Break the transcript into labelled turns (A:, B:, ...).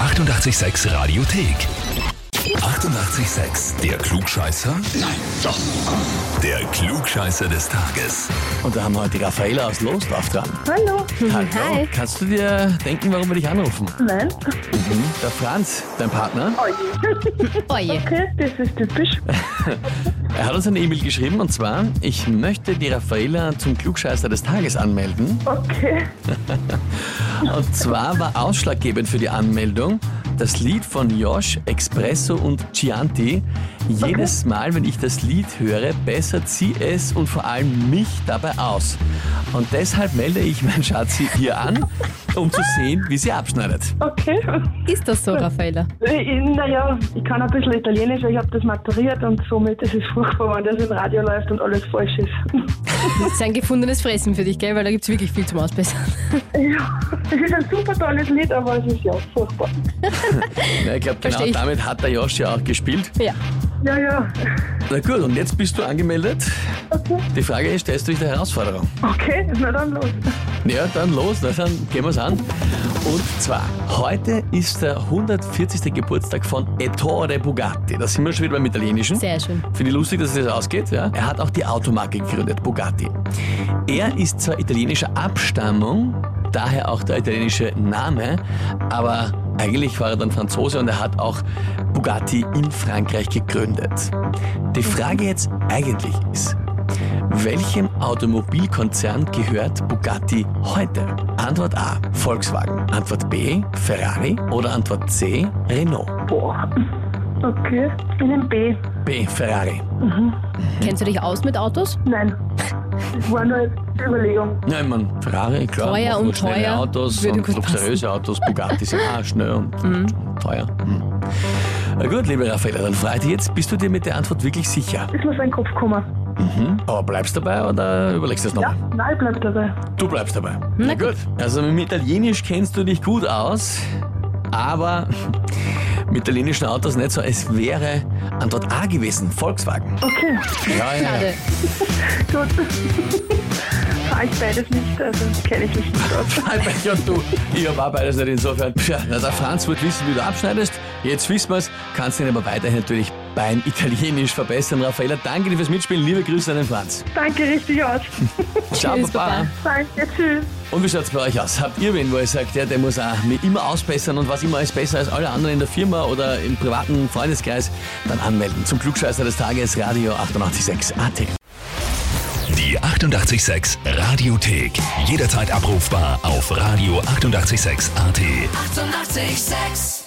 A: 886 Radiothek. 88,6. Der Klugscheißer? Nein, doch. Der Klugscheißer des Tages.
B: Und da haben wir heute Raffaella aus Losdorf dran.
C: Hallo. Hi.
B: Kannst du dir denken, warum wir dich anrufen? Mhm.
C: Nein.
B: Der Franz, dein Partner,
D: Oje.
C: Okay, das ist typisch.
B: er hat uns eine E-Mail geschrieben und zwar, ich möchte die Raffaella zum Klugscheißer des Tages anmelden.
C: Okay.
B: Und zwar war ausschlaggebend für die Anmeldung das Lied von Josh, Expresso und Chianti. Jedes Mal, wenn ich das Lied höre, bessert sie es und vor allem mich dabei aus. Und deshalb melde ich mein Schatzi hier an, um zu sehen, wie sie abschneidet.
C: Okay.
D: Ist das so, Raffaella?
C: Naja, ich kann ein bisschen Italienisch, weil ich habe das maturiert und somit ist es furchtbar, wenn das im Radio läuft und alles falsch ist.
D: Das ist ein gefundenes Fressen für dich, gell? Weil da gibt's wirklich viel zum Ausbessern.
C: Ja, es ist ein super tolles Lied, aber es ist ja furchtbar.
B: Ja, ich glaube, genau
D: Versteh ich.
B: damit hat der Josh ja auch gespielt.
D: Ja.
C: Ja, ja.
B: Na gut, und jetzt bist du angemeldet.
C: Okay.
B: Die Frage ist, stellst du dich der Herausforderung?
C: Okay, na dann los.
B: Ja, dann los, na, dann gehen wir's an. Und zwar, heute ist der 140. Geburtstag von Ettore Bugatti. Da sind wir schon wieder beim Italienischen.
D: Sehr schön.
B: Finde ich lustig, dass es das ausgeht. Ja? Er hat auch die Automarke gegründet, Bugatti. Er ist zwar italienischer Abstammung, daher auch der italienische Name, aber eigentlich war er dann Franzose und er hat auch Bugatti in Frankreich gegründet. Die Frage jetzt eigentlich ist, welchem Automobilkonzern gehört Bugatti heute? Antwort A, Volkswagen. Antwort B, Ferrari. Oder Antwort C, Renault.
C: Boah. Okay. In dem B.
B: B, Ferrari.
D: Kennst du dich aus mit Autos?
C: Nein. Das war nur eine Überlegung.
B: Nein, man, Ferrari, klar.
D: Teuer
B: machen wir
D: und
B: schnelle
D: teuer
B: Autos
D: würde
B: und
D: gut
B: luxuriöse Autos, Bugatti sind auch schnell und, und teuer. Mhm. Na gut, liebe Raffaella, dann frage ich dich jetzt, bist du dir mit der Antwort wirklich sicher?
C: Das muss ein Kopf kommen.
B: Mhm. Aber bleibst dabei oder überlegst du es
C: Ja,
B: nochmal?
C: nein, ich bleib dabei.
B: Du bleibst dabei.
D: Na
B: gut. Also mit Italienisch kennst du dich gut aus, aber mit italienischen Autos nicht so. Es wäre Antwort A gewesen, Volkswagen.
C: Okay,
B: Ja, ja, ja.
D: Schade.
C: gut. Fahre ich beides nicht, also kenne ich mich nicht aus.
B: Albrecht und du, ihr war beides nicht insofern. Tja, na, der Franz wird wissen, wie du abschneidest. Jetzt wissen wir's. Kannst ihn aber weiterhin natürlich beim Italienisch verbessern. Raffaella, danke dir fürs Mitspielen. Liebe Grüße an den Franz.
C: Danke, richtig aus.
B: Ciao,
D: Tschüss, Baba.
C: Danke, tschüss.
B: Und wie schaut's bei euch aus? Habt ihr wen, wo ihr sagt, der, der muss auch mir immer ausbessern und was immer ist besser als alle anderen in der Firma oder im privaten Freundeskreis? Dann anmelden zum Klugscheißer des Tages, Radio 886 AT.
A: Die 88,6 Radiothek. Jederzeit abrufbar auf radio886.at. 88,6.
E: Eighty-eight, sex.